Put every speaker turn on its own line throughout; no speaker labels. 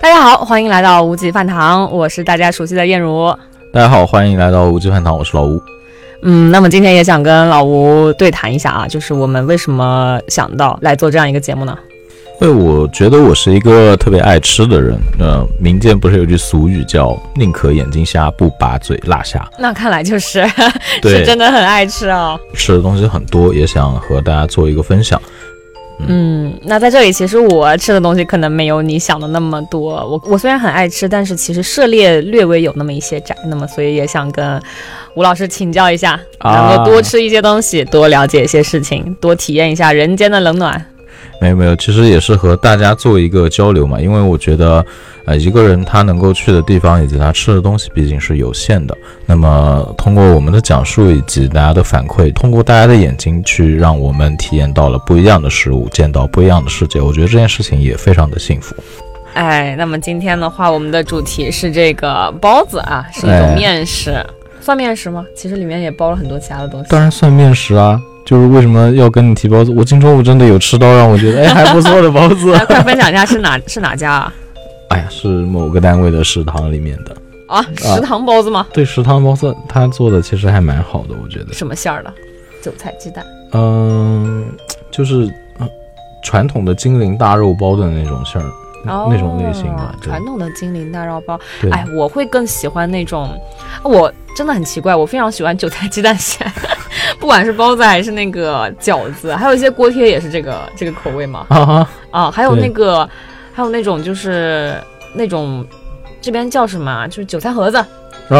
大家好，欢迎来到无极饭堂，我是大家熟悉的燕如。
大家好，欢迎来到无知饭堂，我是老吴。
嗯，那么今天也想跟老吴对谈一下啊，就是我们为什么想到来做这样一个节目呢？
对，我觉得我是一个特别爱吃的人。呃，民间不是有句俗语叫“宁可眼睛瞎，不把嘴落下
那看来就是”。 是
对，
真的很爱吃哦。
吃的东西很多，也想和大家做一个分享。
嗯，那在这里其实我吃的东西可能没有你想的那么多。我我虽然很爱吃，但是其实涉猎略微有那么一些窄，那么所以也想跟吴老师请教一下，
啊
能够多吃一些东西，多了解一些事情，多体验一下人间的冷暖。
没有没有，其实也是和大家做一个交流嘛，因为我觉得，呃，一个人他能够去的地方以及他吃的东西毕竟是有限的。那么通过我们的讲述以及大家的反馈，通过大家的眼睛去让我们体验到了不一样的食物，见到不一样的世界，我觉得这件事情也非常的幸福。
哎，那么今天的话，我们的主题是这个包子啊，是一种
哎
面食，算面食吗？其实里面也包了很多其他的东西。
当然算面食啊，就是为什么要跟你提包子？我荆州我真的有吃到让我觉得哎还不错的包子
来，快分享一下是哪是哪家啊？
哎呀，是某个单位的食堂里面的。
啊，食堂包子吗？
对，食堂包子他做的其实还蛮好的，我觉得。
什么馅儿的？韭菜鸡蛋。
嗯，就是呃传统的金陵大肉包的那种馅儿，
哦，
那种类型的。对
传统的金陵大肉包。
对，
哎，我会更喜欢那种，啊我真的很奇怪，我非常喜欢韭菜鸡蛋馅， 不管是包子还是那个饺子，还有一些锅贴也是这个这个口味嘛。
啊哈，
啊，还有
对
那个，还有那种就是那种。这边叫什么啊？就是韭菜盒子，
啊，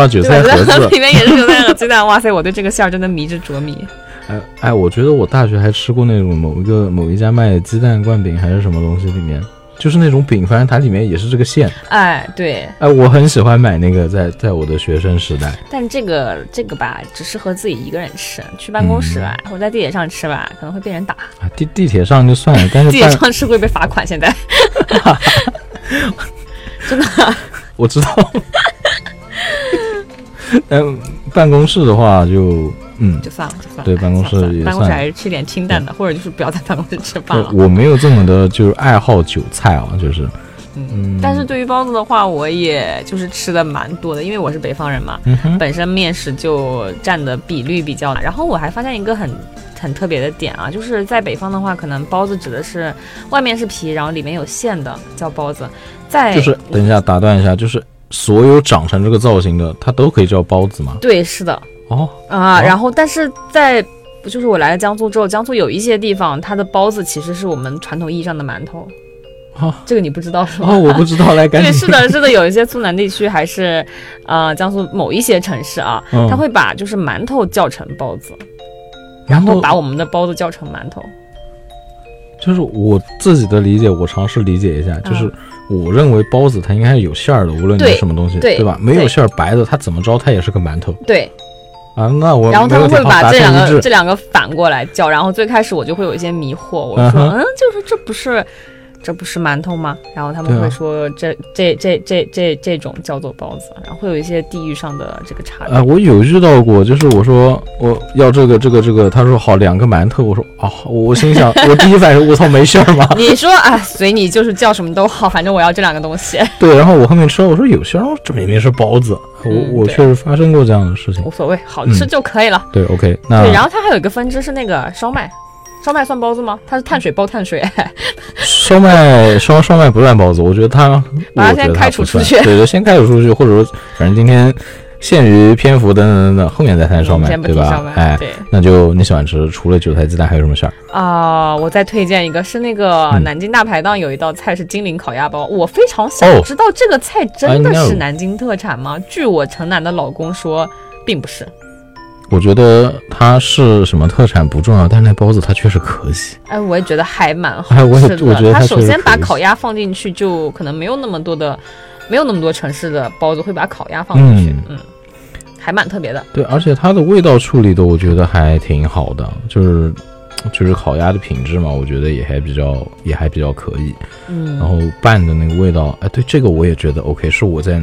韭
对
菜
吧？
盒
韭菜盒
子
子，里面也是韭菜和鸡蛋。哇塞，我对这个馅儿真的迷之着迷。
哎哎，我觉得我大学还吃过那种某一个某一家卖鸡蛋灌饼还是什么东西，里面就是那种饼，反正它里面也是这个馅。
哎，对，
哎，我很喜欢买那个在，在我的学生时代，
但这个这个吧，只适合自己一个人吃。去办公
嗯
室啊吧，或者在地铁上吃吧，可能会被人打。
啊、地地铁上就算了，但是
地铁
但
上吃会被罚款。现在
我知道。 嗯，办公室的话就嗯，
就算了，就算了。
对办公室
算了算
也
了办公室
算
还是吃点清淡的，或者就是不要在办公室吃饭了。
我没有这么的就是爱好韭菜啊，就是
嗯，但是对于包子的话，我也就是吃的蛮多的，因为我是北方人嘛，
嗯哼，
本身面食就占的比率比较大。然后我还发现一个很很特别的点啊，就是在北方的话，可能包子指的是外面是皮，然后里面有馅的叫包子，在
就是等一下打断一下，就是所有长成这个造型的，它都可以叫包子吗？
对是的
哦，
啊、
哦
然后但是在。就是我来了江苏之后，江苏有一些地方，它的包子其实是我们传统意义上的馒头，
哦
这个你不知道是吗？
哦，我不知道，来 赶
对，
紧，
是的，是的，有一些苏南地区还是，呃，江苏某一些城市啊，
嗯
他会把就是馒头叫成包子，
然
然后
后
把我们的包子叫成馒头。
就是我自己的理解，我尝试理解一下，就是我认为包子它应该是有馅儿的，无论你
嗯对
是什么东西，
对
对吧？没有馅儿白的，它怎么着它也是个馒头
对，
啊。那我
然后他
没有
们会
地方
把
达
这
成
两
一致
个这两个反过来叫，然后最开始我就会有一些迷惑，我
嗯
说，
哼
嗯，就是这不是。这不是馒头吗？然后他们
对啊
会说这、这这这这这种叫做包子，然后会有一些地域上的这个差别。
呃，我有遇到过，就是我说我要这个这个这个，他说好两个馒头，我说哦，我心想我第一反应是我操没馅儿吗？
你说啊，随你，就是叫什么都好，反正我要这两个东西，
对，然后我后面吃了，我说有馅儿，我说这明明是包子，我、
嗯
我
对
确实发生过这样的事情
无。所谓，好吃
嗯
就可以了。
对，OK，那
对，然后它还有一个分支是那个烧麦，烧麦算包子吗？它是碳水包碳水，
烧麦烧烧麦不算包子，我觉得它，我
把它
觉
先
得
开
它
除
不
出
算
去
对对，先开除出去，或者说反正今天限于篇幅等等等等，后面再谈烧
我们
麦，
嗯先不
对
提烧
吧
麦。？
哎，
对
那就你喜欢吃，除了韭菜鸡蛋还有什么馅儿？
啊、我再推荐一个是那个
嗯
南京大排档有一道菜是金陵烤鸭包，我非常想
哦
知道这个菜真的
I know
是南京特产吗？据我城南的老公说，并不是。
我觉得它是什么特产不重要，但是那包子它确实可以。
哎，我也觉得还蛮好
哎我也
吃的。
我觉得
他
它
首
确实
先把
可以
烤鸭放进去，就可能没有那么多的，没有那么多城市的包子会把烤鸭放进去，嗯还蛮特别的。
对，而且它的味道处理的，我觉得还挺好的，就是就是烤鸭的品质嘛，我觉得也还比较也还比较可以。
嗯，
然后拌的那个味道，哎，对这个我也觉得 OK，是我在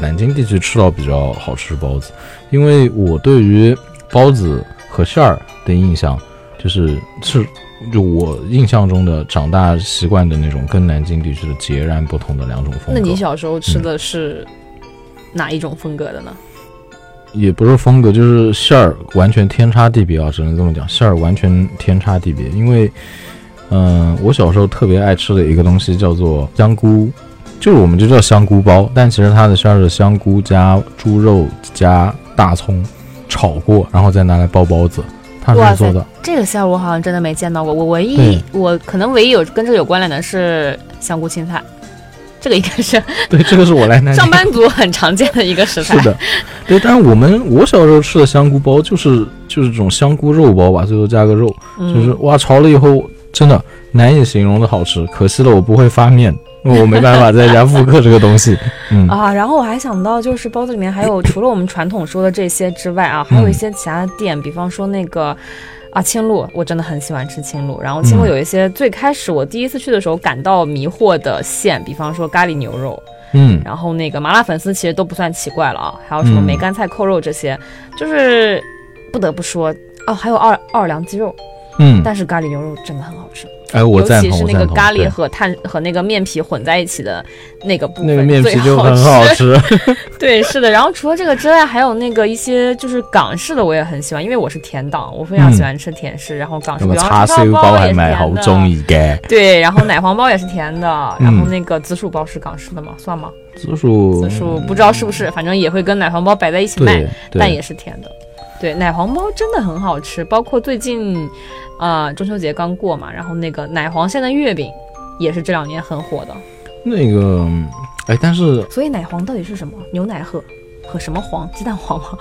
南京地区吃到比较好吃包子，因为我对于包子和馅儿的印象，就是是就我印象中的长大习惯的那种，跟南京地区的截然不同的嗯两种风格。
那你小时候吃的是哪一种风格的呢？
也不是风格，就是馅儿完全天差地别啊，只能这么讲，馅儿完全天差地别。因为，嗯、我小时候特别爱吃的一个东西叫做香菇，就是我们就叫香菇包，但其实它的馅儿是香菇加猪肉加大葱炒过，然后再拿来包包子，它
哇
是
塞
做的。
这个馅儿我好像真的没见到过，我唯一
对
我可能唯一有跟这有关联的是香菇青菜，这个应该是
对，这个是我来南京
上班族很常见的一个食材
哎是。的，对，但是我们我小时候吃的香菇包就是就是这种香菇肉包吧，最多加个肉，就是
嗯，
哇，炒了以后真的难以形容的好吃。可惜了，我不会发面，我没办法在家复刻这个东 西。嗯，
啊，然后我还想到，就是包子里面还 有除了我们传统说的这些之外啊，还有一
嗯
些其他的店，比方说那个啊青露，我真的很喜欢吃青露。然后青露
嗯
有一些最开始我第一次去的时候感到迷惑的馅，比方说咖喱牛肉，
嗯，
然后那个麻辣粉丝其实都不算奇怪了啊，还有什么
嗯
梅干菜扣肉这些，就是不得不说哦，还有奥尔奥尔良鸡肉，
嗯，
但是咖喱牛肉真的很好吃，
哎，我
尤
赞
其
同，
是
我
那个
赞同。
咖喱
对
和碳和那个面皮混在一起的那个部分，
那个面皮就
最
很
好
好。吃，
对，是的。然后除了这个之外，还有那个一些就是港式的，我也很喜欢，因为我是甜党，我非常喜欢吃甜食。然后港式，
嗯什
比
么
方
叉
说烧
烧
包
包
也
还
是
买
甜
好
的
中意该。
对，然后奶黄包也是甜的，然后
嗯
那个紫薯包是港式的吗？算吗？
紫薯
紫，薯不知道是不是，反正也会跟奶黄包摆在一起卖。
哦对
但也
对，
是甜的。对，奶黄包真的很好吃，包括最近，呃，中秋节刚过嘛，然后那个奶黄馅的月饼也是这两年很火的。
那个，嗯哎，但是
所以奶黄到底是什么？牛奶和和什么黄？鸡蛋黄 吗？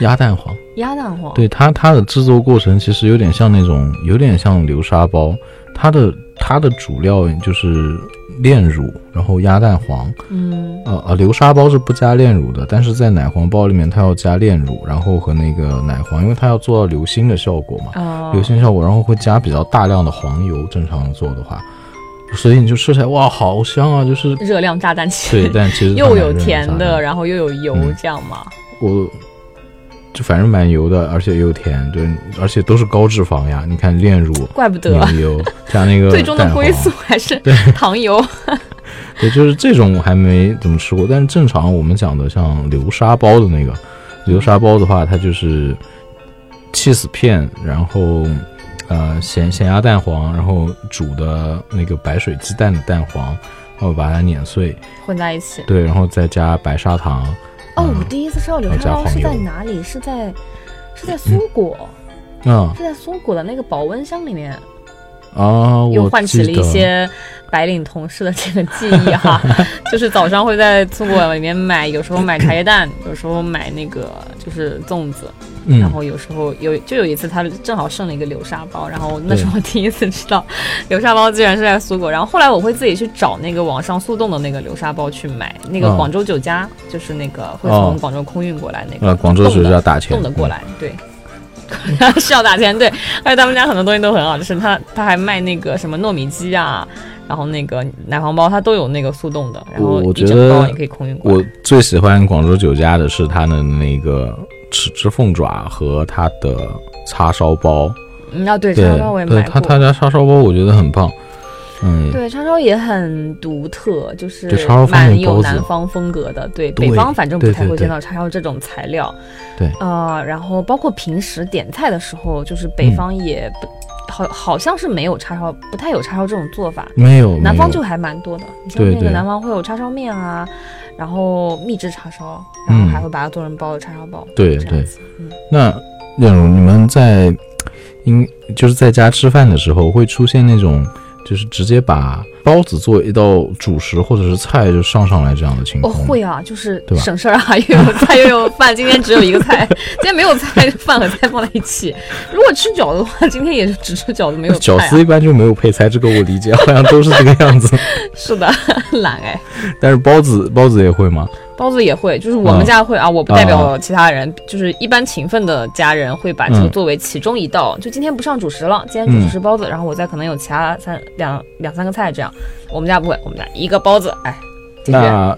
鸭蛋黄。
鸭蛋黄？
对它它的制作过程其实有点像那种，有点像流沙包，它的它的主料就是炼乳，然后鸭蛋黄，
嗯，
呃呃，流沙包是不加炼乳的，但是在奶黄包里面它要加炼乳，然后和那个奶黄，因为它要做到流心的效果嘛，
哦、
流心效果，然后会加比较大量的黄油，正常做的话，所以你就吃起来哇，好香 啊，就是。
热量炸弹器，
对，但其实它
又
蛮
有
热
甜
量
的，然后又有油，
嗯
这样嘛。
我就反正蛮油的，而且又甜，对，而且都是高脂肪呀。你看炼乳、
怪不得、
牛油加那个
啊 最终的
蛋黄
归宿还是
嗯 对
糖油。
对，就是这种我还没怎么吃过。但是正常我们讲的像流沙包的那个流沙包的话，它就是 cheese 片，然后呃咸咸鸭蛋黄，然后煮的那个白水鸡蛋的蛋黄，然后把它碾碎，
混在一起。
对，然后再加白砂糖。
哦，
嗯
我第一次吃到流
还
沙
加
包是
黄
在
油
哪里？是在是在苏果。
嗯
是在松果的那个保温箱里面，
啊，
又
我
唤起
记
了一
得
些白领同事的这个记忆哈、 就是早上会在松果里面买，有时候买茶叶蛋，有时候买那个就是粽子，
嗯
然后有时候有就有一次他正好剩了一个流沙包，然后那是我第一次知道流沙包居然是在苏果，然后后来我会自己去找那个网上速冻的那个流沙包去买，那个
嗯
广州酒家、就是那个会
哦
从广州空运过来那个
呃，广州
冻
学
的
校打钱
冻
嗯
得过，来，对。 是要打钱，对，而且他们家很多东西都很好吃，他他还卖那个什么糯米鸡啊，然后那个奶黄包，他都有那个速冻的，然后
我我
一
觉
整包
得
你可以空运过来。
我最喜欢广州酒家的是它的那个豉汁凤爪和它的叉烧包，
嗯啊，对，叉
对
烧包我也
对，
买
他
过，
他家叉烧包我觉得很棒，嗯，
对，叉烧也很独特，就是
对叉烧放
蛮
进
有
包子
南方风格的，对，北
对
方反正不
对
太
对
会
对
见到叉烧这种材料，
对
呃，然后包括平时点菜的时候，就是北
嗯
方也不、好，好像是没有叉烧，不太有叉烧这种做法，
没有
南方
没有
就还蛮多的，你像
对
那个
对
南方会有叉烧面啊，然后秘制叉烧，然后还会把它做成包的叉烧包，
嗯对
这样子，嗯，
那例如你们在应就是在家吃饭的时候会出现那种就是直接把包子做一道主食或者是菜就上上来这样的情
哦
况吗，
会啊，就是
嗯对吧
省事儿啊，又有菜又有饭，今天只有一个菜，今天没有菜，饭和菜放在一起。如果吃饺子的话，今天也就只吃饺子没有菜、
饺
啊，
子一般就没有配菜，这个我理解，好像都是这个样子。
是的，懒哎。
但是包子包子也会吗？
包子也会，就是我们
嗯
家会、啊，我不代表
啊
其他人，就是一般勤奋的家人会把这个
嗯
作为其中一道，就今天不上主食了，今天主食是包子，然后我再可能有其他三两两三个菜这样。我们家不会，我们家一个包子，哎，解决。
那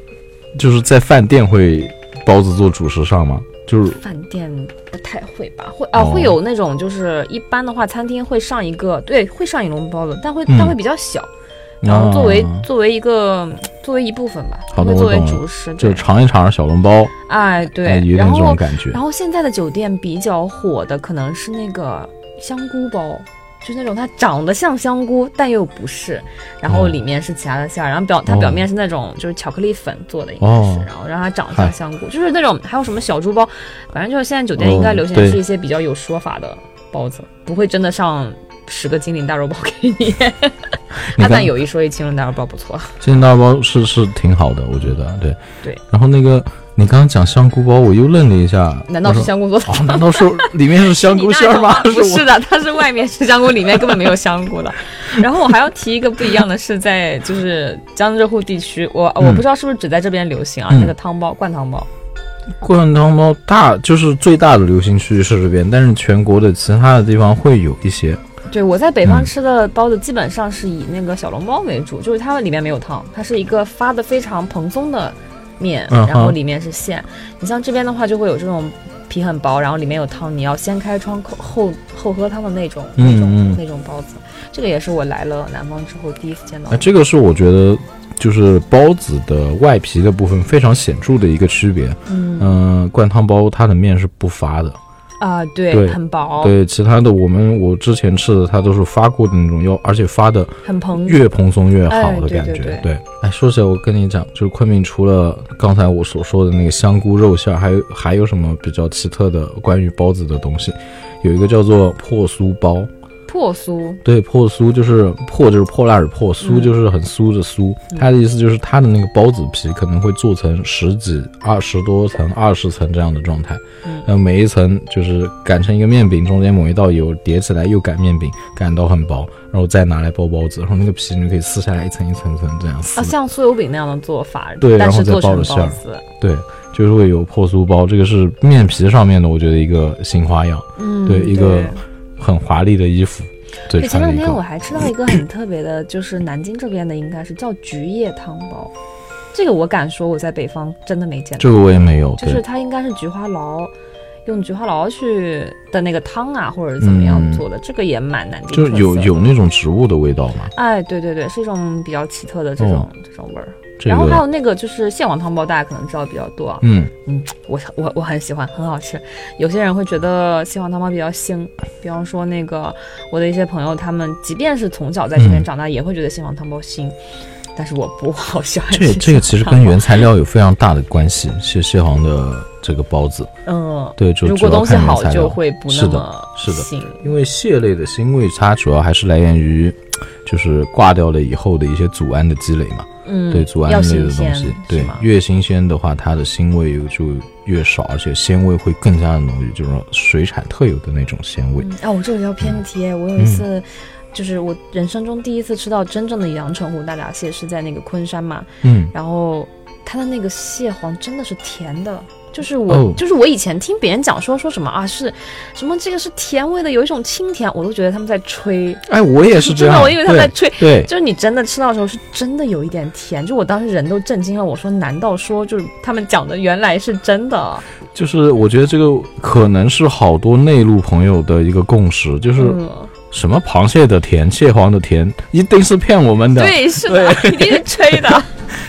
就是在饭店会包子做主食上吗？就是
饭店不太会吧？会啊，
哦
会有那种就是一般的话，餐厅会上一个，对，会上一笼包子，但会
嗯
但会比较小，然后作为
啊
作为一个作为一部分吧，
好的
会作
我
为
懂了
主食，
就
对
是尝一尝小笼包，
哎
哎
对，
有点
然
这种
后
感觉
然。后现在的酒店比较火的可能是那个香菇包。就是那种它长得像香菇，但又不是，然后
哦
里面是其他的馅儿，然后表它
哦
表面是那种就是巧克力粉做的，应该是，
哦
然后让它长得像
嗨
香菇，就是那种还有什么小猪包，反正就是现在酒店应该
嗯
流行
对
是一些比较有说法的包子，不会真的上十个金陵大肉包给 你。
你
啊，
看
但有一说一，金陵大肉包不错。
金针大包是是挺好的，我觉得对。
对。
然后那个你刚刚讲香菇包，我又愣了一下，
难道
我
是
说？
香菇做的？
哦，难道是里面是香菇馅儿吗？
不
我
是的，它是外面是香菇，里面根本没有香菇 的。然后我还要提一个不一样的是，在就是江浙沪地区，我我
嗯
不知道是不是只在这边流行啊，
嗯
那个汤包、灌汤包。
灌汤包大就是最大的流行区是这边，但是全国的其他的地方会有一些。
对我在北方
嗯
吃的包子基本上是以那个小笼包为主，就是它们里面没有汤，它是一个发的非常蓬松的面，
嗯哼
然后里面是馅。你像这边的话，就会有这种皮很薄，然后里面有汤，你要先开窗口后后喝汤的那种那种、
嗯嗯
那种包子。这个也是我来了南方之后第一次见到
啊，
的。
这个是我觉得就是包子的外皮的部分非常显著的一个区别。
嗯
嗯、灌汤包它的面是不发的，
啊、对，
对
很薄，
对，其他的我们我之前吃的它都是发过的那种，要而且发的
很蓬
越蓬松越好
哎
的
对
感觉。
对对
哎，说起来我跟你讲，就是昆明除了刚才我所说的那个香菇肉馅儿，还有还有什么比较奇特的关于包子的东西？有一个叫做破酥包，
破酥。
对，破酥就是破就是破烂的破，酥
嗯
就是很酥的酥。它的意思就是它的那个包子皮可能会做成十几、二十多层、二十层这样的状态。
嗯
那每一层就是擀成一个面饼，中间某一道油叠起来又擀面饼，擀到很薄，然后再拿来包包子，然后那个皮你就可以撕下来一层一层一层这样撕。
啊，像酥油饼那样的做法，
对
但
然后
是
再
做成
包着
包
馅儿
子，
对，就是会有破酥包，这个是面皮上面的，我觉得一个新花样，
嗯，
对一个很华丽的衣服。对，
对，哎前
穿了
两
一
天我
个，
还吃到一个很特别的，就是南京这边的，应该是叫菊叶汤包。这个我敢说我在北方真的没见
这
过，
个我也没有。
就是
对，
它应该是菊花劳，用菊花劳去的那个汤啊，或者怎么样
嗯
做的，这个也蛮南京
就是有
特色的。
有那种植物的味道嘛。
哎，对对对，是一种比较奇特的这种、
哦
这种味儿。
这
然后还
个，
有那个就是蟹黄汤包，大家可能知道比较多啊。
嗯，
我我我很喜欢，很好吃。有些人会觉得蟹黄汤包比较腥，比方说那个我的一些朋友，他们即便是从小在这边
嗯
长大，也会觉得蟹黄汤包腥。但是我不 好喜欢
这
吃
这个其实跟
蟹黄
原材料有非常大的关系，蟹蟹黄的这个包子，
汤包
对，
嗯，
就
如
主
果
要
东西
看原
好
材
就
料。
会不
是
那
的
么
是的
腥。
因为蟹类的腥味，它主要还是来源于，就是挂掉了以后的一些组胺的积累嘛。
嗯，
对，组胺
要
类
新
的
鲜
东西，
是
对
吗，
越新鲜的话，它的腥味就越少，而且鲜味会更加的浓郁，就是水产特有的那种鲜味。
嗯啊，我这里要偏个题，我有
嗯
一次，就是我人生中第一次吃到真正的阳澄湖大闸蟹是在那个昆山嘛，
嗯，
然后它的那个蟹黄真的是甜的，就是我、
哦
就是我以前听别人讲说说什么啊是，什么这个是甜味的，有一种清甜，我都觉得他们在吹，
哎，我也是这
真的
样，
我以为他们在吹。
对
就是你真的吃到的时候，是真的有一点甜。就我当时人都震惊了，我说难道说就是他们讲的原来是真的？啊
对，就是我觉得这个可能是好多内陆朋友的一个共识，就是。
嗯，
什么螃蟹的甜，蟹黄的甜，一定是骗我们的，
对，是的，一定是吹的。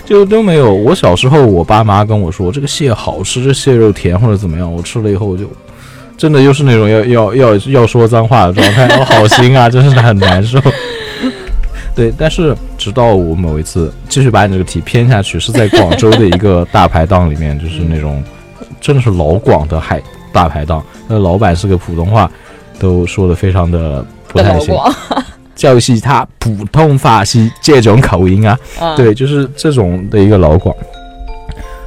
就都没有。我小时候，我爸妈跟我说这个蟹好吃，这蟹肉甜或者怎么样，我吃了以后我就真的又是那种要要要要说脏话的状态，我好心啊，真是很难受。 对，但是直到我某一次继续把你这个题偏下去，是在广州的一个大排档里面，就是那种真的是老广的海大排档，那老板是个普通话都说的非常的 不太
老
行，
广，
就是他普通话是这种口音啊，
嗯，
对，就是这种的一个老广。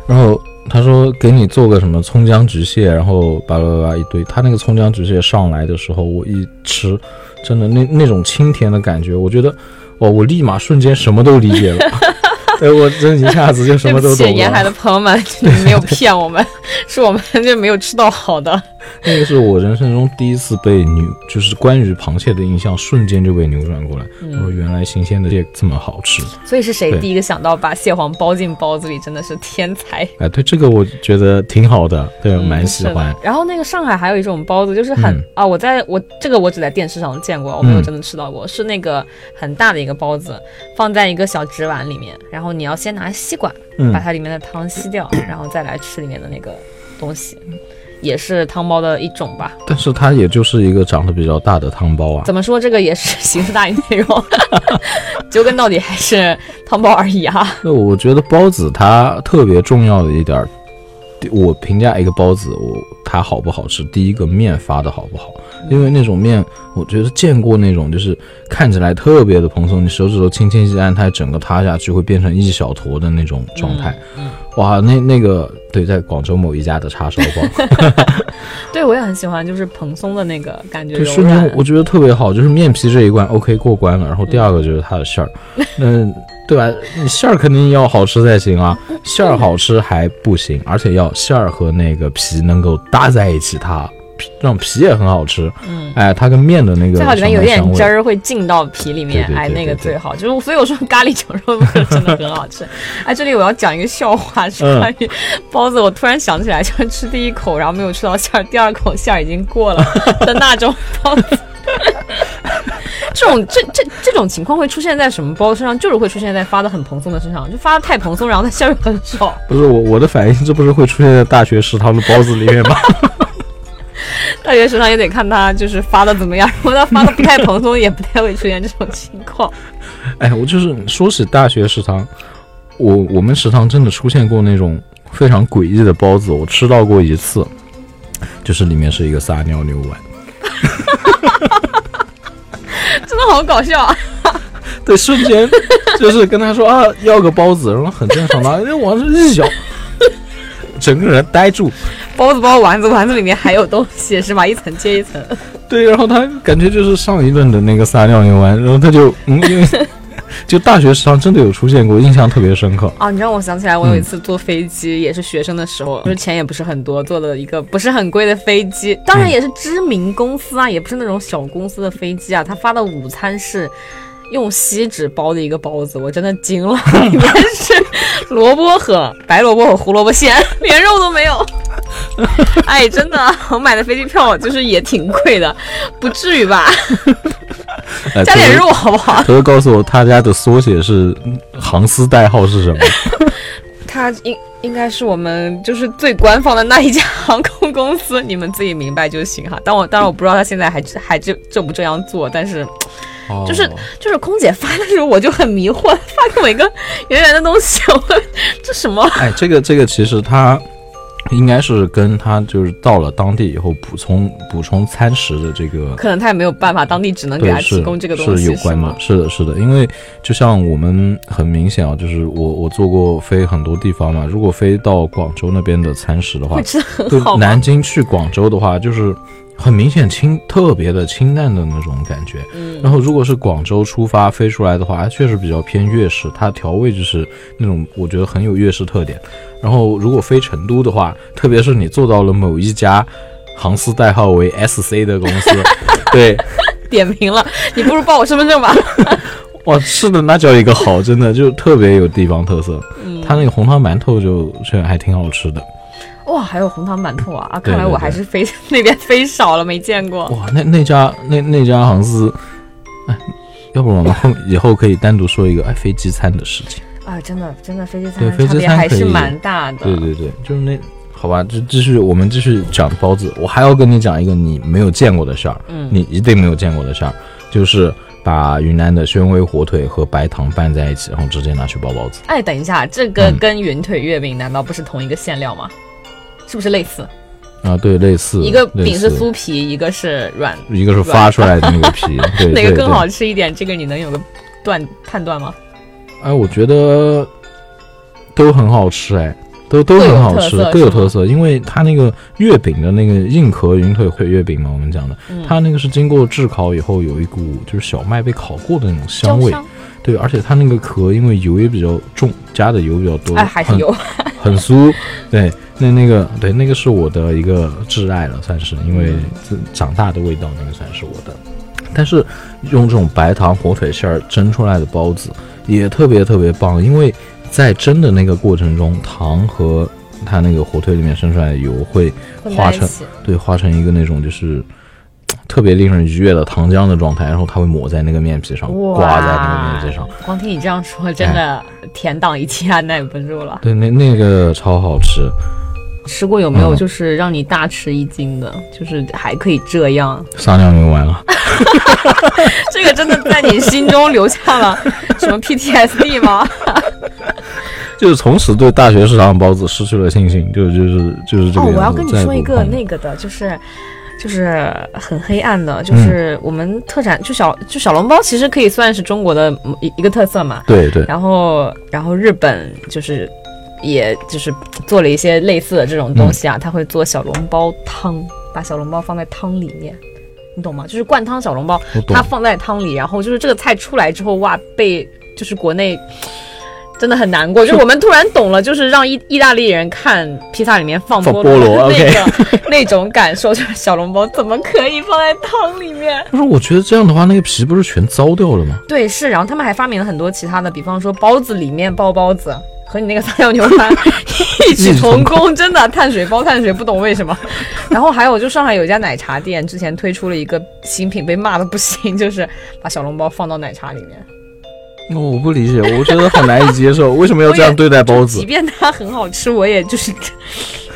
然后他说给你做个什么葱姜焗蟹，然后巴拉巴拉一堆。他那个葱姜焗蟹上来的时候，我一吃，真的那那种清甜的感觉，我觉得，哦，我立马瞬间什么都理解了。对，我真一下子就什
对
么
不
都
起，
懂
沿海
了。
的朋友们，你们没有骗我们，是我们这没有吃到好的。
那个是我人生中第一次被牛，就是关于螃蟹的印象瞬间就被扭转过来。我说原来新鲜的蟹这么好吃。
所以是谁
对
第一个想到把蟹黄包进包子里？真的是天才，
哎，对这个我觉得挺好的，对，
嗯
蛮喜欢
是。的然后那个上海还有一种包子，就是很、
嗯
啊，我在我这个我只在电视上见过，我没有
嗯
真的吃到过，是那个很大的一个包子，放在一个小纸碗里面，然后你要先拿吸管
嗯
把，它里面的汤吸 掉，然后再来吃里面的那个东西，也是汤包的一种吧。
但是它也就是一个长得比较大的汤包啊。
怎么说，这个也是形式大于 内容，究根到底还是汤包而已啊。
那我觉得包子它特别重要的一点儿，我评价一个包子，我它好不好吃，第一个面发的好不好，
嗯
因为那种面，我觉得见过那种就是看起来特别的蓬松，你手指头轻轻一按，它整个塌下去会变成一小坨的那种状态。
嗯
哇，那那个对，在广州某一家的叉烧包，
对，我也很喜欢，就是蓬松的那个感觉，
对，
柔
瞬间
软。
我觉得特别好，就是面皮这一关 OK 过关了，然后第二个就是它的馅儿，嗯，对吧？你馅儿肯定要好吃才行啊，馅儿好吃还不行，而且要馅儿和那个皮能够搭在一起，它皮让皮也很好吃，
嗯，
哎，它跟面的那个
最好里面有
香味
点汁儿会进到皮里面
对，对
哎，
对
那个
对对
最好。就是所以我说咖喱牛肉面真的很好吃。 哎，这里我要讲一个笑话，是
嗯
关于包子。我突然想起来，就是吃第一口，然后没有吃到馅儿，第二口馅儿已经过 了的那种包子。 这种这这这种情况会出现在什么包子身上？就是会出现在发的很蓬松的身上，就发的太蓬松，然后它馅儿又很 少。
不是我我的反应，这不是会出现在大学食堂的包子里面吗？
大学食堂也得看它就是发的怎么样，如果它发的不太蓬松，也不太会出现这种情况。
哎，我就是说起大学食堂，我我们食堂真的出现过那种非常诡异的包子，我吃到过一次，就是里面是一个撒尿牛丸。
真的好搞笑啊！
对，瞬间就是跟他说啊，要个包子，然后很正常的，因为往这一咬，整个人呆住。
包子包丸子，丸子里面还有东西是吧？一层接一层。
对，然后他感觉就是上一顿的那个撒尿牛丸，然后他就嗯，因为就大学食堂真的有出现过，印象特别深刻。
啊，你让我想起来，我有一次坐飞机，也是学生的时候，就是钱也不是很多，坐了一个不是很贵的飞机，当然也是知名公司啊，也不是那种小公司的飞机啊。他发的午餐是。用锡纸包的一个包子，我真的惊了，里面是萝卜和白萝卜和胡萝卜馅，连肉都没有。哎，真的，我买的飞机票就是也挺贵的，不至于吧？
哎
加点肉。好不好？
可是告诉我他家的缩写是嗯航司代号是什么？
它应应该是我们就是最官方的那一家航空公司，你们自己明白就行哈。但我当然我不知道他现在还这还这这不这样做，但是就是
哦
就是空姐发的时候我就很迷惑，发给我一个圆圆的东西，我这什么？
哎，这个这个其实它应该是跟它就是到了当地以后补充补充餐食的这个
可能他也没有办法，当地只能给
对
他
是
提供这个东西，
是有关的
吗，？
是的，是的，因为就像我们很明显啊，就是我我做过飞很多地方嘛，如果飞到广州那边的餐食的话
会，吃的 很好
就
吗
南？京去广州的话，就是很明显清特别的清淡的那种感觉。
嗯
然后如果是广州出发飞出来的话，它确实比较偏粤式，它调味就是那种我觉得很有粤式特点。然后如果飞成都的话，特别是你做到了某一家航司代号为 SC 的公 司，对，
点名了，你不如报我身份证吧。
哇，吃的那叫一个好，真的就特别有地方特色。
嗯
它那个红汤馒头就确实还挺好吃的。
哇，还有红糖馒头啊！啊，
对
看来
对
我还
对
是 飞那边飞少了，没见过。
哇，那那家那那家航司，哎，要不我们后以后可以单独说一个哎飞机餐的事情。
啊，真的真的，飞机餐
对飞
差
机
别
餐
还
可
是
以
蛮大的。
对对对，就是那好吧，就继续我们继续讲包子。我还要跟你讲一个你没有见过的事儿，
嗯
你一定没有见过的事儿，就是把云南的宣威火腿和白糖拌在一起，然后直接拿去包包子。
哎，等一下，这个
嗯
跟云腿月饼难道不是同一个馅料吗？是不是类似？
啊，对，类似
一个
类
饼是
似
酥皮，一个是软，
一个是发出来的那个 皮，对，
哪个
对
更
对
好吃一点？这个你能有个断判断吗？
哎，我觉得都很好吃，哎，都都很好
各
吃
有特色，
各有
是吗
特色。因为它那个月饼的那个硬壳云腿烩月饼嘛，我们讲的，
嗯
它那个是经过炙烤以后，有一股就是小麦被烤过的那种香味。对，而且它那个壳因为油也比较重，加的油比较多，
哎，还是
很
有。
很酥，对，那那个对，那个是我的一个挚爱了，算是，因为自长大的味道，那个算是我的。但是用这种白糖火腿馅儿蒸出来的包子也特别特别棒，因为在蒸的那个过程中，糖和它那个火腿里面生出来的油会
混
化
在一
成
起，
对化成一个那种就是特别令人愉悦的糖浆的状态，然后它会抹在那个面皮上，
哇
挂在那个面皮上。。
光听你这样说，真的
哎
甜挡一切，按耐不住了。
对，那那个超好吃，
吃过有没有
嗯
就是让你大吃一惊的？就是还可以这样，
撒尿牛丸了。
这个真的在你心中留下了什么 PTSD 吗？
就是从此对大学市场的包子失去了信心，就就是就是这
哦
个样子。，
我要跟你
再也
说一
不
个
碰
那个的，就是。就是很黑暗的，
嗯
就是我们特产，就小就小笼包，其实可以算是中国的嗯一一个特色嘛。
对对
然后，然后日本就是，也就是做了一些类似的这种
嗯
东西啊，他会做小笼包汤，把小笼包放在汤里面，你懂吗？就是灌汤小笼包，
我懂
它。放在汤里，然后就是这个菜出来之后，哇，被就是国内。真的很难过，就是我们突然懂了，就是让意意大利人看披萨里面放
放
菠
菠萝
那个 那种感受，就是小笼包怎么可以放在汤里面？
但是我觉得这样的话，那个皮不是全糟掉了吗？
对，是，然后他们还发明了很多其他的，比方说包子里面包包子，和你那个撒尿牛 丸异曲同工，真的碳水包碳水，不懂为什么。 然后还有，就上海有一家奶茶店之前推出了一个新品，被骂的不行，就是把小笼包放到奶茶里面。
那我不理解，我觉得很难以接受，为什么要
我也
这样对待包
即
子？
便它很好吃，我也就是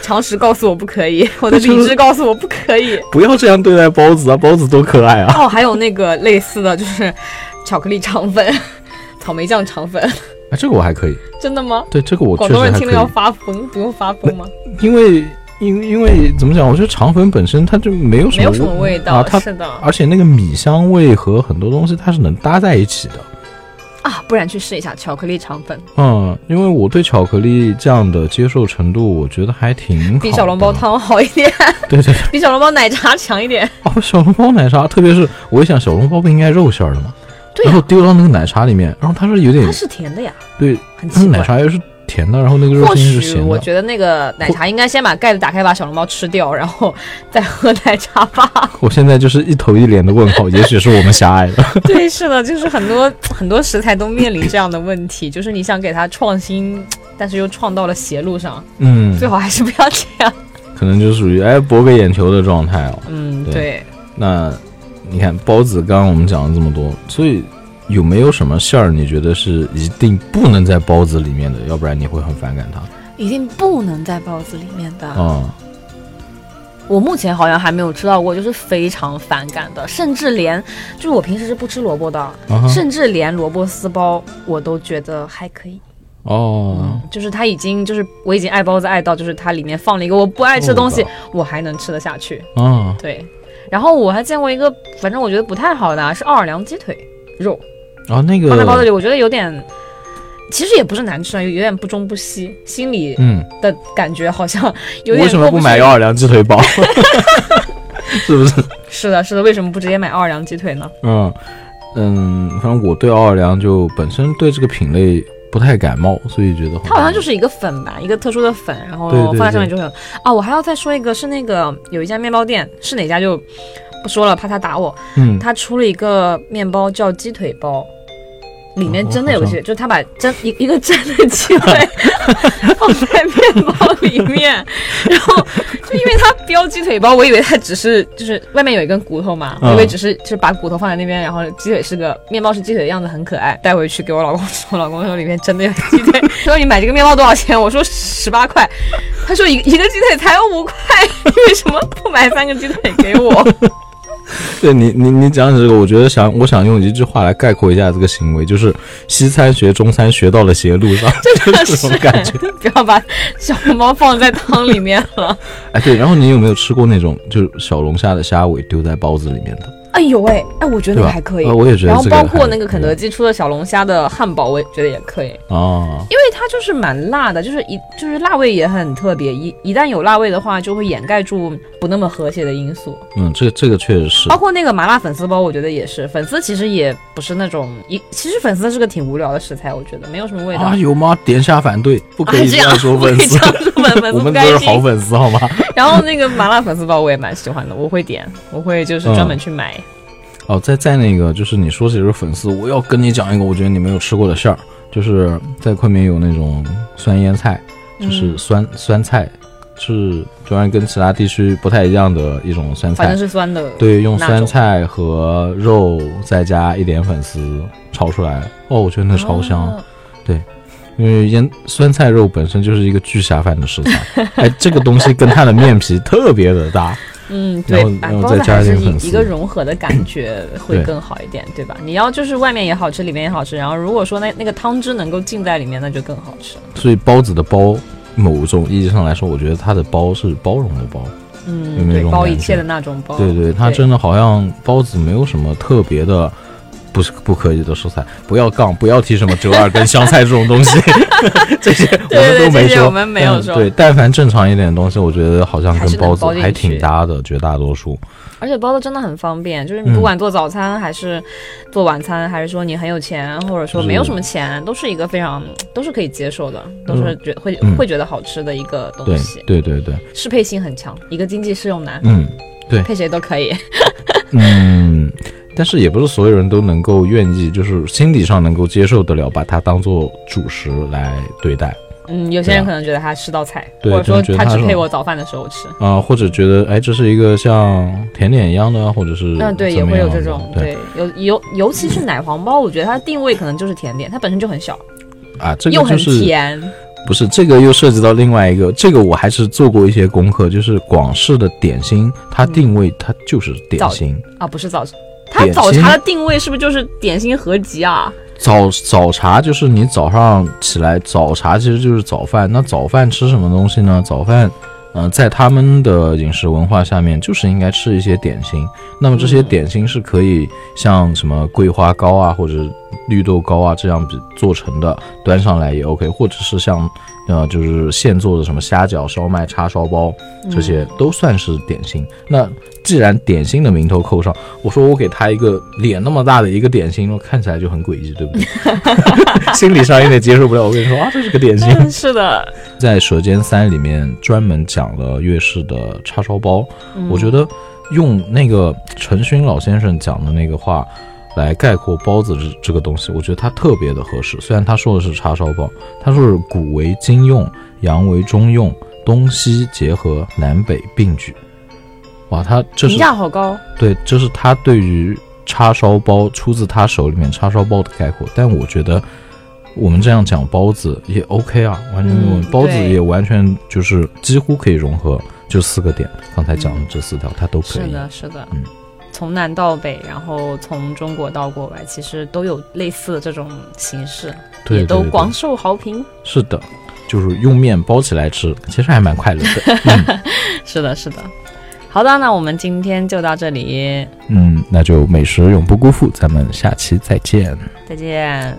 常识告诉我不可 以，我的理智告诉我不可以。
不要这样对待包子啊，包子多可爱 啊！
哦，还有那个类似的就是巧克力肠粉、 草莓酱肠粉，
哎，这个我还可以，
真的吗？
对这个我确
广东
实
人
还
听
可
了要
以，
发疯，不用发疯吗？
因为因为因为怎么讲？我觉得肠粉本身它就没有什么
没有什么味道，
啊，它
是的
而且那个米香味和很多东西它是能搭在一起的。
啊，不然去试一下巧克力肠粉，
嗯，因为我对巧克力酱的接受程度，我觉得还挺好
比小笼包
的。
汤好一点，
对对对，
比小笼包奶茶强一点。
哦，小笼包奶 茶，特别是我一想，小笼包不应该肉馅儿的吗？
对
然后
呀，
丢到那个奶茶里面，然后它是有点
它是甜的呀，
对，
很
它
奇
奶
怪。
茶又是甜的，然后那个肉
或
馅是
许
咸
我
的。
觉得那个奶茶应该先把盖子打开，把小笼包吃掉，然后再喝奶茶吧。
我现在就是一头一脸的问号，也许是我们狭隘了。
对，是的，就是很多很多食材都面临这样的问题，就是你想给它创新，但是又创到了邪路上，
嗯
最，好还是不要这 样。
可能就属于哎博个眼球的状态哦。
嗯，
对
对，
那你看包子，刚刚我们讲了这么多，所以有没有什么馅儿你觉得是一定不能在包子里面的，要不然你会很反感它？
一定不能在包子里面的。
嗯，
我目前好像还没有吃到过，就是非常反感的，甚至连就是我平时是不吃萝卜的，
啊哈
甚至连萝卜丝包我都觉得还可以。
哦，
就是它已经就是我已经爱包子爱到，就是它里面放了一个我不爱吃的东西
哦，
我还能吃得下去。
啊，
对，然后我还见过一个，反正我觉得不太好的啊是奥尔良鸡腿肉
然后啊那
放在包子
个，
里，我觉得有点。其实也不是难吃啊，有有点不中不西，心里
嗯，
的感觉好像有点
为什么
过
不
去
买幺二两鸡腿 堡？是不是？
是的，是的，为什么不直接买奥尔良鸡腿呢？
嗯嗯，反正我对奥尔良就本身对这个品类不太感冒，所以觉得
它好像就是是一个粉吧，一个特殊的粉，然后
对对
放在上面就会有啊。我还要再说一个，是那个有一家面包店，是哪家就不说了，怕他打我。
嗯，
他出了一个面包叫鸡腿包，里面
哦
真的有
好
鸡
像
腿，就是他把真一一个真的鸡 腿放在面包里面， 然后就因为他标鸡腿包，我以为他只是就是外面有一根骨头嘛，我以为
嗯
只是就是把骨头放在那边，然后鸡腿是个面包是鸡腿的样子，很可爱，带回去给我老公吃，我老公说里面真的有鸡腿， 他说你买这个面包多少钱？我说十八块，他说一一个鸡腿才五块， 你为什么不买三个鸡腿给我？
对你你你讲起这个，我觉得想我想用一句话来概括一下这个行为，就是西餐学中餐学到了邪路上，
真的
就是这种感觉。
不要把小笼包放在汤里面了。
哎，对，然后你有没有吃过那种就是小龙虾的虾尾丢在包子里面的？
哎呦喂，哎，我觉得那
对
个
吧
还可以。
呃我也觉得
然后
这个
包括
还嗯
那个肯
可以
德基出的小龙虾的汉堡，我也觉得也可以，
哦，
因为它就是蛮辣的，就是一就是辣味也很特别，一一旦有辣味的话，就会掩盖住不那么和谐的因素。
嗯，这这个确实是
包括那个麻辣粉丝包，我觉得也是，粉丝其实也不是那种一，其实粉丝是个挺无聊的食材，我觉得没有什么味道。
啊，有吗？点下反对，不可以
啊这
样
样
说粉丝
不可以这，样说粉丝
我们
不
都
开
是
心
好粉丝，好吗？
然后那个麻辣粉丝包我也蛮喜欢的，我会点，我会就是专
嗯
门去买。
哦，在在那个就是你说起这个粉丝，我要跟你讲一个我觉得你没有吃过的馅儿，就是在昆明有那种酸腌菜，
嗯
就是酸、酸菜，是当然跟其他地区不太一样的一种酸
反正
菜。
是酸的，
对，用
那
酸
种
菜和肉再加一点粉丝炒出来，哦，我觉得那超香，
哦
因为腌酸菜肉本身就是一个巨下饭的食材， 哎，这个东西跟它的面皮特别的搭，
嗯，对
然后，
把
然后
包子
再加
还
一
是
点
一
粉丝
一个融合的感觉 会
对
更好一点，对吧？你要就是外面也好吃，里面也好吃，然后如果说那那个汤汁能够浸在里面，那就更好吃。
所以包子的包，某种意义上来说，我觉得它的包是包容的包。有
嗯，
没有这
对，
种
包一
感
切
觉
的那种包，
对对，它
对
真的好像包子没有什么特别的，不是不可以的蔬菜。不要杠，不要提什么折耳根、香菜这种东 西，这些我
对
们
对
都没
这些
说。
我们没有
但
说
对，但凡正常一点的东西，我觉得好像
还
跟
是能
包子
包进
还
去
挺搭的，绝大多数。
而且包子真的很方便，
嗯
就是你不管做早餐还是做晚餐，还是说你很有钱，或者说没有什么钱，都是一个非常都是可以接受的，都是觉会
嗯
会觉得好吃的一个东
对
西，
对对对，
适配性很强，一个经济适用男，
嗯
配谁都可以。
嗯。但是也不是所有人都能够愿意，就是心理上能够接受得了，把它当做主食来对待。
嗯，有些人
对啊
可能觉得它是道菜，
对
或者
真的觉
说
得
它
它
只
是
配我早饭的时候吃。
啊、或者觉得哎，这是一个像甜点一样的，或者是
嗯，对，
怎
也
么
会有
样
这
的
种，
对
对，尤尤尤其是奶黄包，我觉得它定位可能就是甜点，它本身就很小，
啊，这个
又很
就是
甜。
不是这个又涉及到另外一个，这个我还是做过一些功课，就是广式的点心，它定位它就是点心，
啊，不是嗯早，它
点
早
心
茶的定位是不是就是点心合集啊？
早早茶就是你早上起来早茶其实就是早饭，那早饭吃什么东西呢？早饭。呃，在他们的饮食文化下面，就是应该吃一些点心。那么这些
嗯
点心是可以像什么桂花糕啊，或者绿豆糕啊这样比做成的，端上来也 OK，或者是像呃就是现做的什么虾饺、烧麦、叉烧包，这些都算是点心。那既然点心的名头扣上，我说我给他一个脸那么大的一个点心，看起来就很诡异，对不对？心理上有点接受不了。我跟你说啊，这是个点心。
嗯，是 的，
在《舌尖三》里面专门讲了粤式的叉烧包，
嗯
我觉得用那个陈勋老先生讲的那个话。来概括包子这这个东西，我觉得它特别的合适。虽然他说的是叉烧包，他说是古为今用，洋为中用，东西结合，南北并举。哇，他这
评
是
价好高。
对，这是他对于叉烧包出自他手里面叉烧包的概括。但我觉得我们这样讲包子也 OK 啊，完全没有问题。
嗯
包子
对
也完全就是几乎可以融合这四个点，刚才讲的这四条它都可
是
以。
的，是的，
嗯
从南到北，然后从中国到国外，其实都有类似的这种形式，
对
也
对
都
对
广受好评。
是的，就是用面包起来吃，其实还蛮快 乐的。嗯
是的，是的。好的，那我们今天就到这里，
嗯，那就美食永不辜负，咱们下期再见。
再见。